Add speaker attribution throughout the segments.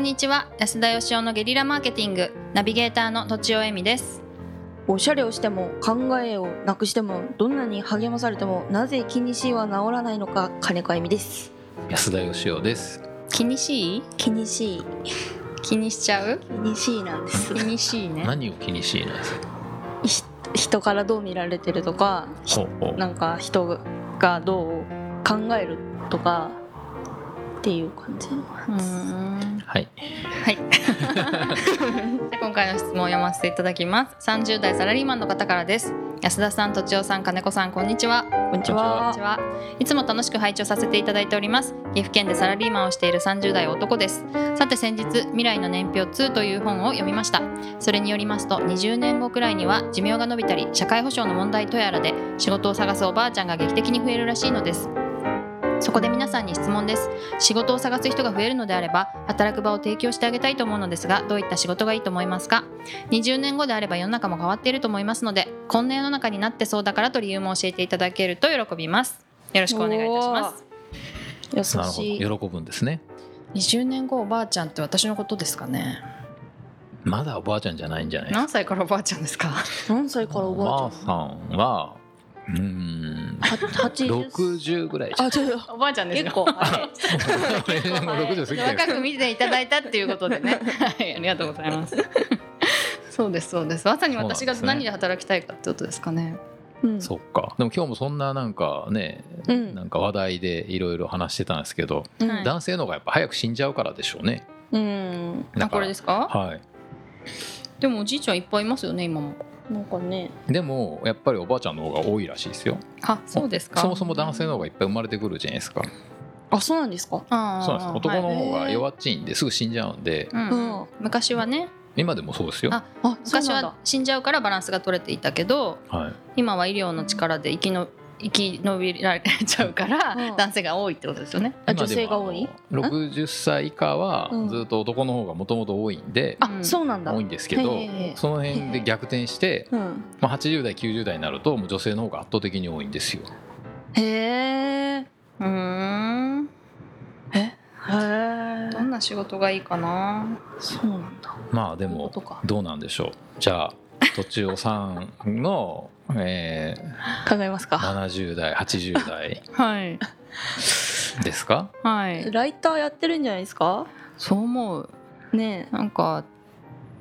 Speaker 1: にちは安田義雄のゲリラマーケティングナビゲーターのとちおえみです
Speaker 2: おしゃれをしても考えをなくしてもどんなに励まされてもなぜ気にしいは治らないのか金子あゆみです
Speaker 3: 安田義雄です。
Speaker 1: 気にしい
Speaker 2: 気にしい
Speaker 1: 気にしちゃう
Speaker 2: 気にしいなんです
Speaker 1: 気にしいね
Speaker 3: 何を気にしいなんですか。
Speaker 2: ひ人からどう見られてるとか
Speaker 3: ほうほう
Speaker 2: なんか人がどう考えるとかっていう感じの
Speaker 1: うー
Speaker 2: 話
Speaker 1: ん
Speaker 3: はい。
Speaker 1: はい じゃあ今回の質問を読ませていただきます30代サラリーマンの方からです安田さんとちおさん金子さんこんにちは
Speaker 2: こんにち
Speaker 1: こん
Speaker 2: は
Speaker 1: にちはいつも楽しく拝聴させていただいております岐阜県でサラリーマンをしている30代男ですさて先日未来の年表2という本を読みましたそれによりますと20年後くらいには寿命が延びたり社会保障の問題とやらで仕事を探すおばあちゃんが劇的に増えるらしいのですそこで皆さんに質問です仕事を探す人が増えるのであれば働く場を提供してあげたいと思うのですがどういった仕事がいいと思いますか20年後であれば世の中も変わっていると思いますのでこんな世の中になってそうだからと理由も教えていただけると喜びますよろしくお願いいたします
Speaker 2: 優
Speaker 3: なるほ
Speaker 2: しい
Speaker 3: ど。喜ぶんですね。
Speaker 1: 20年後おばあちゃんって私のことですかね
Speaker 3: まだおばあちゃんじゃないんじゃないですか。
Speaker 1: 何歳からおばあちゃんですか
Speaker 2: 何歳からおばあち
Speaker 3: さんは。うーん。
Speaker 2: ゃんは八
Speaker 3: 六
Speaker 2: 十
Speaker 3: 十ぐらいじゃん。
Speaker 2: あちょっ と
Speaker 1: おばあちゃんです
Speaker 2: 結
Speaker 1: よ
Speaker 2: 構あれ
Speaker 3: もう六十過ぎてる。
Speaker 1: 若く見ていただいたっていうことで ねはいありがとうございますそうですそうですまさに私が
Speaker 3: そうなん
Speaker 1: 何
Speaker 3: で
Speaker 1: で
Speaker 3: すね
Speaker 1: 働きたいかってことですかね
Speaker 2: うん
Speaker 3: そっか。でも今日もそんななんかね、
Speaker 2: うん
Speaker 3: なんか話題でいろいろ話してたんですけど、
Speaker 2: う
Speaker 1: はい
Speaker 2: ん
Speaker 3: 男性の方がやっぱ早く死んじゃうからでしょうね。。
Speaker 2: うん
Speaker 1: あこれですすか
Speaker 3: はい。
Speaker 1: でもおじいちゃんいっぱいいますよね今も
Speaker 2: なんかね
Speaker 3: でもやっぱりおばあちゃんの方が多いらしいですよ。
Speaker 1: あそうですか
Speaker 3: そもそも男性の方がいっぱい生まれてくるじゃないですか。
Speaker 2: あそうなんですか
Speaker 1: あー
Speaker 3: そうなんです男の方が弱っちいんですぐ死んじゃうんで
Speaker 1: はいうん
Speaker 2: うん
Speaker 1: 昔はね
Speaker 3: 今でもそうですよ、
Speaker 1: あ
Speaker 3: は
Speaker 2: あそう
Speaker 1: 昔
Speaker 2: なん
Speaker 1: は
Speaker 2: だ
Speaker 1: 死んじゃうからバランスが取れていたけど
Speaker 3: い、
Speaker 1: 今は医療の力で生きの生き延びられちゃうから、
Speaker 2: うん
Speaker 1: 男性が多いってことですよね。
Speaker 2: あ
Speaker 3: 今でも
Speaker 2: 女性が多い
Speaker 3: あの60歳以下は
Speaker 2: うん
Speaker 3: ずっと男の方がもともと多いんで、
Speaker 2: あそうなんだ
Speaker 3: 多いんですけど
Speaker 2: へえ
Speaker 3: その辺で逆転して、
Speaker 2: うん
Speaker 3: まあ、80代90代になるともう女性の方が圧倒的に多いんですよ
Speaker 2: へえ
Speaker 1: うーん。
Speaker 2: へえ
Speaker 1: どんな仕事がいいかな。
Speaker 2: そうなんだ
Speaker 3: まあで
Speaker 2: そういう
Speaker 3: も
Speaker 2: ことか
Speaker 3: どうなんでしょうじゃあとちおさん の、え
Speaker 2: 考えます
Speaker 3: ー、
Speaker 2: か
Speaker 3: 70代80代
Speaker 1: はい。
Speaker 3: ですか
Speaker 1: はい。
Speaker 2: ライターやってるんじゃないですか
Speaker 1: そう思う。
Speaker 2: ね
Speaker 1: なんか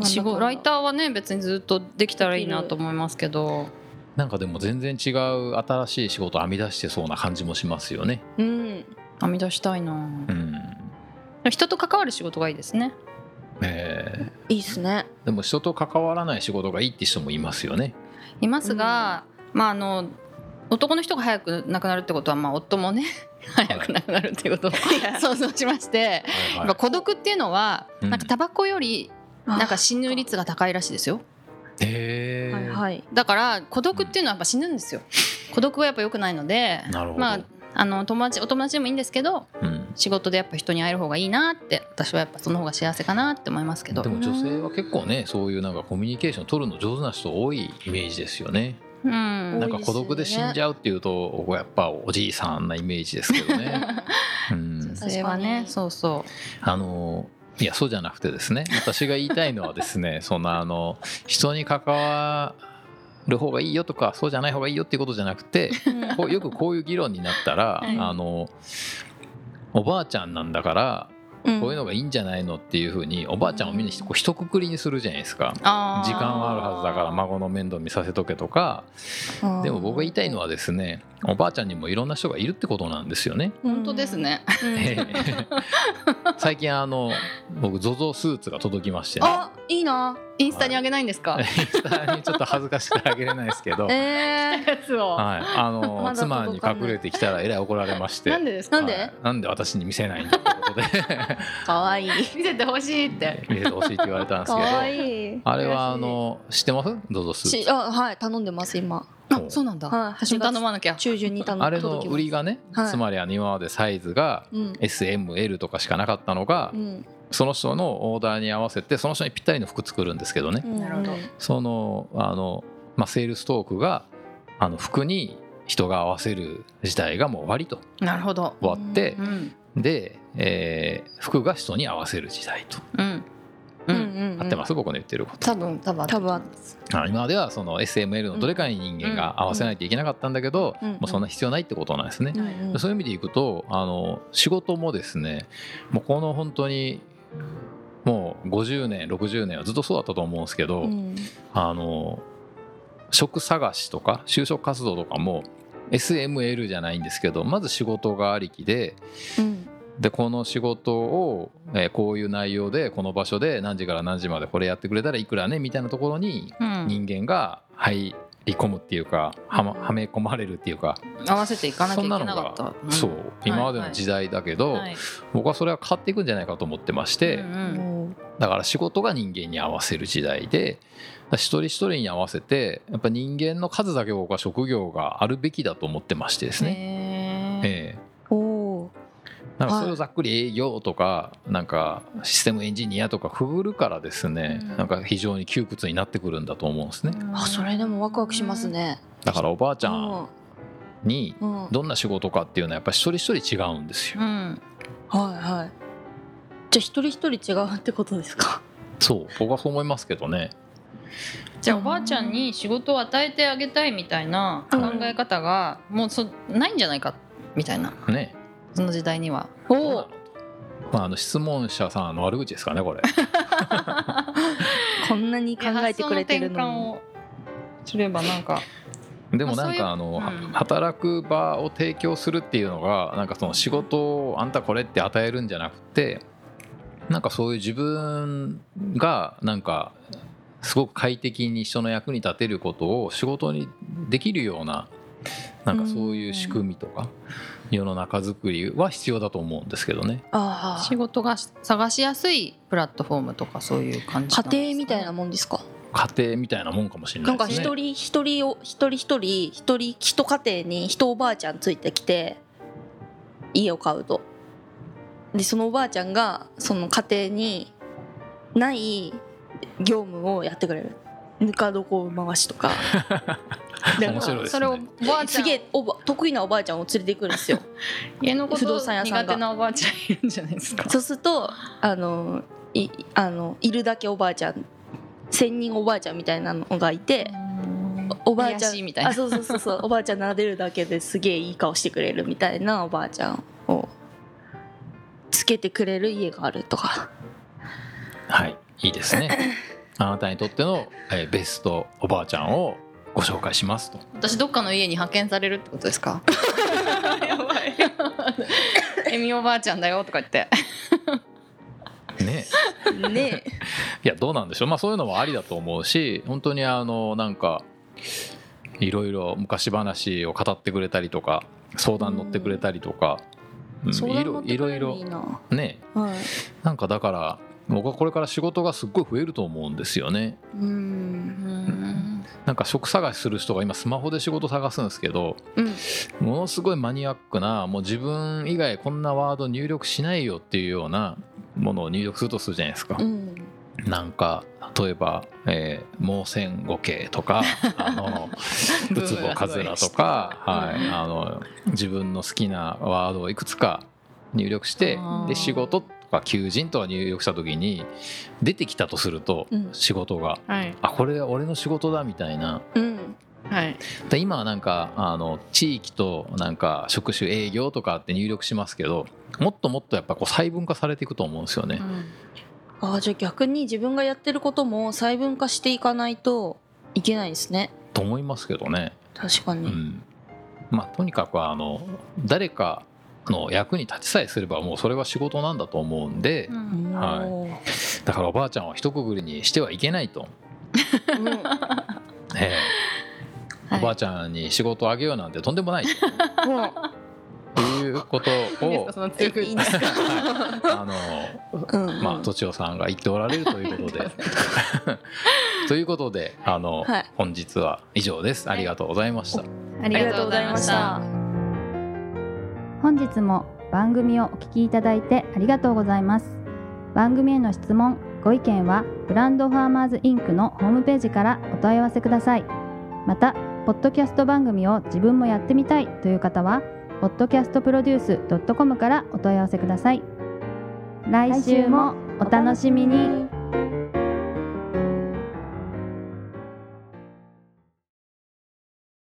Speaker 2: え
Speaker 1: 仕事ライタ
Speaker 2: ー
Speaker 1: ーはね別にずっとできたらいいなと思いますけど。
Speaker 3: なんかでも全然違う新しい仕事を編み出してそうな感じもしますよね。
Speaker 2: うん
Speaker 1: 編み出したいな。
Speaker 3: うん
Speaker 1: 人と関わる仕事がいいですね。
Speaker 3: えー
Speaker 2: いいっすね
Speaker 3: でも人と関わらない仕事がいいって人もいますよね。
Speaker 1: いますが、まああの男の人が早く亡くなるってことはまあ夫もね早く亡くなるっていうことを想像しまして。やっぱ孤独っていうのは、
Speaker 3: うん
Speaker 1: なんかタバコよりなんか死ぬ
Speaker 2: あ
Speaker 1: 率が高いらしいですよ
Speaker 3: へえ
Speaker 2: はいはい
Speaker 1: だから孤独っていうのはやっぱ死ぬんですよ孤独はやっぱ良くないので
Speaker 3: なるほど。
Speaker 1: まああの友達お友達でもいいんですけど
Speaker 3: うん
Speaker 1: 仕事でやっぱ人に会える方がいいなって私はやっぱその方が幸せかなって思いますけど
Speaker 3: でも女性は結構ねそういうなんかコミュニケーション取るの上手な人多いイメージですよね。
Speaker 1: うん
Speaker 3: なんか孤独で死んじゃうっていうとやっぱおじいさんなイメージですけどね。 うん、
Speaker 1: 女性はね
Speaker 2: 確かに
Speaker 1: そうそ
Speaker 3: あのいやそうじゃなくてですね私が言いたいのはです ねそんなあの人に関わる方がいいよとかそうじゃない方がいいよっていうことじゃなくてこう よくこういう議論になったら、
Speaker 1: はい
Speaker 3: あのおばあちゃんなんだから
Speaker 2: うん
Speaker 3: こういうのがいいんじゃないのっていうふうにおばあちゃんをみんなひとこうひとくくりにするじゃないですか。
Speaker 1: うあー
Speaker 3: 時間はあるはずだから孫の面倒見させとけとかでも僕が言いたいのはですねおばあちゃんにもいろんな人がいるってことなんです よね。
Speaker 1: 本当ですね
Speaker 2: うん
Speaker 3: ええ最近あの僕 ZOZO スーツが届きまして、 ね、
Speaker 2: あいいな
Speaker 1: インスタにあげないんですか、
Speaker 3: インスタにちょっと恥ずかしくてあげれないですけど、
Speaker 2: え
Speaker 3: はい、
Speaker 2: え
Speaker 1: やつを、
Speaker 3: あの
Speaker 2: まだ
Speaker 3: 妻
Speaker 2: 届
Speaker 3: に
Speaker 2: かない
Speaker 3: 隠れてきたらえらい怒られまして
Speaker 1: なんでですか
Speaker 2: なんで
Speaker 3: はいなんで私に見せないんだってこ とで
Speaker 2: 可愛い
Speaker 1: 見せてほしいって
Speaker 3: 見せてほしいって言われたんです
Speaker 2: 可
Speaker 3: けど
Speaker 2: 愛い
Speaker 3: あれはあの知ってます ZOZO スー
Speaker 2: し
Speaker 3: ツ
Speaker 2: あはい頼んでます今
Speaker 1: あそうなんだ、
Speaker 2: はい
Speaker 1: 私も頼まなきゃ
Speaker 2: 中旬に頼んで
Speaker 3: あれの売りがね、
Speaker 2: はい
Speaker 3: つまりあの今までサイズが
Speaker 2: うん
Speaker 3: SML とかしかなかったのが、
Speaker 2: うん
Speaker 3: その人のオーダーに合わせてその人にぴったりの服作るんですけどね、
Speaker 2: うん
Speaker 1: なるほど
Speaker 3: そのあの、まあ、セールストークがあの服に人が合わせる時代がもう終わりと
Speaker 1: なるほど
Speaker 3: 終わって、
Speaker 1: うん
Speaker 3: で、えー服が人に合わせる時代と
Speaker 1: うん
Speaker 2: う
Speaker 1: うん
Speaker 2: うん
Speaker 1: ん
Speaker 2: うん
Speaker 3: 合ってます、僕の言ってるこ
Speaker 1: 多分多分
Speaker 2: 多分合っ
Speaker 3: とあ今まではその SML のどれかに人間が合わせないといけなかったんだけど、
Speaker 2: うんうん
Speaker 3: もうそんな必要ないってことなんですね
Speaker 2: う、んうん
Speaker 3: そういう意味でいくとあの仕事もですねもうこの本当にもう50年60年はずっとそうだったと思うんですけど、
Speaker 2: うん
Speaker 3: あの職探しとか就職活動とかも SML じゃないんですけどまず仕事がありきで
Speaker 2: うん
Speaker 3: でこの仕事を、えーこういう内容でこの場所で何時から何時までこれやってくれたらいくらねみたいなところに
Speaker 1: うん
Speaker 3: 人間が入り込むっていうかは,、ま、はめ込まれるっていうか、
Speaker 1: 合わせていかなきゃい
Speaker 3: そん
Speaker 1: け
Speaker 3: な
Speaker 1: な
Speaker 3: の
Speaker 1: かった
Speaker 3: が、そう
Speaker 1: うん
Speaker 3: 今までの時代だけど、
Speaker 1: はい
Speaker 3: 僕はそれは変わっていくんじゃないかと思ってまして、
Speaker 1: うんうん
Speaker 2: も
Speaker 3: だから仕事が人間に合わせる時代で一人一人に合わせてやっぱ人間の数だけ僕は職業があるべきだと思ってましてですね。
Speaker 1: へー
Speaker 3: ええ
Speaker 2: うおー
Speaker 3: なんかそれをざっくり営業とかなんかシステムエンジニアとかくぐるからですね、
Speaker 1: うん
Speaker 3: なんか非常に窮屈になってくるんだと思うんですね
Speaker 1: うん
Speaker 2: あそれでもワクワクしますね。
Speaker 3: だからおばあちゃんに
Speaker 2: うん、うん、はい
Speaker 3: どんな仕事かっていうのはやっぱり一人一人違うんですよ
Speaker 1: うん
Speaker 2: はい。じゃあ一人一人違うってことですか。
Speaker 3: そう僕はそう思いますけどね
Speaker 1: じゃあおばあちゃんに仕事を与えてあげたいみたいな考え方がもうそないんじゃないかみたいな
Speaker 3: ね
Speaker 1: その時代には。
Speaker 3: どうな
Speaker 2: お
Speaker 3: のとまあ、あの質問者さんの悪口ですか ねこれ
Speaker 2: こんなに考えてくれてる
Speaker 1: 発想
Speaker 2: の
Speaker 1: の転換をすればなんか。
Speaker 3: でもなんか
Speaker 1: まあ
Speaker 3: あの、
Speaker 1: うん
Speaker 3: 働く場を提供するっていうのがなんかその仕事をあんたこれって与えるんじゃなくてなんかそういう自分がなんかすごく快適に人の役に立てることを仕事にできるようななんかそういう仕組みとか世の中づくりは必要だと思うんですけどね。
Speaker 2: に。あ
Speaker 1: 仕事が探しやすいプラットフォームとかそういう感じ
Speaker 2: あ。家庭みたい
Speaker 1: な
Speaker 2: なもんですか。
Speaker 3: 家庭みたいなもんかもしれな
Speaker 2: ないんか
Speaker 3: で
Speaker 2: 一
Speaker 3: すね。
Speaker 2: 人一人を一人一人一人一家庭に一おばあちゃんついてきて家を買うとでそのおばあちゃんがその家庭にない業務をやってくれるぬか床を回しと か
Speaker 3: 面白いですね
Speaker 1: それをおばあち
Speaker 2: す
Speaker 1: ゃん
Speaker 2: げえおば得意なおばあちゃんを連れてくるんです よ
Speaker 1: 家のこ
Speaker 2: 不
Speaker 1: と
Speaker 2: 動産屋
Speaker 1: 苦
Speaker 2: さんが
Speaker 1: 手なおばあちゃんいるんじゃないですか。
Speaker 2: そうするとあのいあのいるだけおばあちゃん千人おばあちゃんみたいなのがいて、おばあちゃ
Speaker 1: 癒やし
Speaker 2: ん
Speaker 1: みたいな
Speaker 2: あそうそうそうそうおばあちゃん撫でるだけですげえいい顔してくれるみたいなおばあちゃんをつけてくれる家があるとか
Speaker 3: はい、いいです ね。あなたにとっての、えーベストおばあちゃんをご紹介します と。
Speaker 1: 私どっかの家に派遣されるってことですか。 やばい。エミおばあちゃんだよとか言って。
Speaker 3: ね、
Speaker 2: ねえ
Speaker 3: いやどうなんでしょう、まあ、そういうのもありだと思うし本当にあのなんかいろいろ昔話を語ってくれたりとか相談乗ってくれたりとか、うん
Speaker 2: 相
Speaker 3: い
Speaker 2: 談乗
Speaker 3: ろ
Speaker 2: って
Speaker 3: い
Speaker 2: く
Speaker 3: ろ
Speaker 2: れ
Speaker 3: い
Speaker 2: るのいい
Speaker 3: ろ
Speaker 2: な、
Speaker 3: ね
Speaker 2: はい、
Speaker 3: なんかだから僕はこれから仕事がすっごい増えると思うんですよね。
Speaker 2: う
Speaker 1: う
Speaker 2: ん
Speaker 1: ん
Speaker 3: なんか職探しする人が今スマホで仕事探すんですけど
Speaker 2: うん
Speaker 3: ものすごいマニアックなもう自分以外こんなワード入力しないよっていうようなものを入力するとするじゃないですか
Speaker 2: う。ん
Speaker 3: なんか例えば、えー、盲線五系 とかあのウツボカズラとか、は
Speaker 1: う
Speaker 3: い、あの自分の好きなワードをいくつか入力して
Speaker 1: あー
Speaker 3: で仕事とか求人とか入力した時に出てきたとすると、
Speaker 2: うん
Speaker 3: 仕事が。
Speaker 1: はい
Speaker 3: あこれは俺の仕事だみたいな
Speaker 2: うん
Speaker 1: はい。
Speaker 3: で今はなんかあの地域となんか職種営業とかって入力しますけどもっともっとやっぱこう細分化されていくと思うんですよね。
Speaker 2: ああじゃあ逆に自分がやってることも細分化していかないといけないですね
Speaker 3: と思いますけどね。
Speaker 2: 確かに、
Speaker 3: うんまあ、とにかくあの誰かの役に立ちさえすればもうそれは仕事なんだと思うんで
Speaker 1: うん
Speaker 3: は
Speaker 2: い、
Speaker 3: いだからおばあちゃんは一括りにしてはいけない と、
Speaker 2: うん
Speaker 3: ええ
Speaker 1: はい
Speaker 3: おばあちゃんに仕事をあげようなんてとんでもない
Speaker 2: もう
Speaker 3: というこ と
Speaker 1: いいで
Speaker 3: を
Speaker 1: すかその強く
Speaker 2: えいいんですか
Speaker 3: はいあの
Speaker 2: うん
Speaker 3: まあ、とちおさんが言っておられるとい うことで。ということで、あの、
Speaker 2: はい
Speaker 3: 本日は以上です。ありがとうございました。
Speaker 1: ありがとうございました。
Speaker 4: 本日も番組をお聞きいただいてありがとうございます番組への質問ご意見はブランドファーマーズインクのホームページからお問い合わせくださいまたポッドキャスト番組を自分もやってみたいという方は podcastproduce.com からお問い合わせください来週もお楽しみに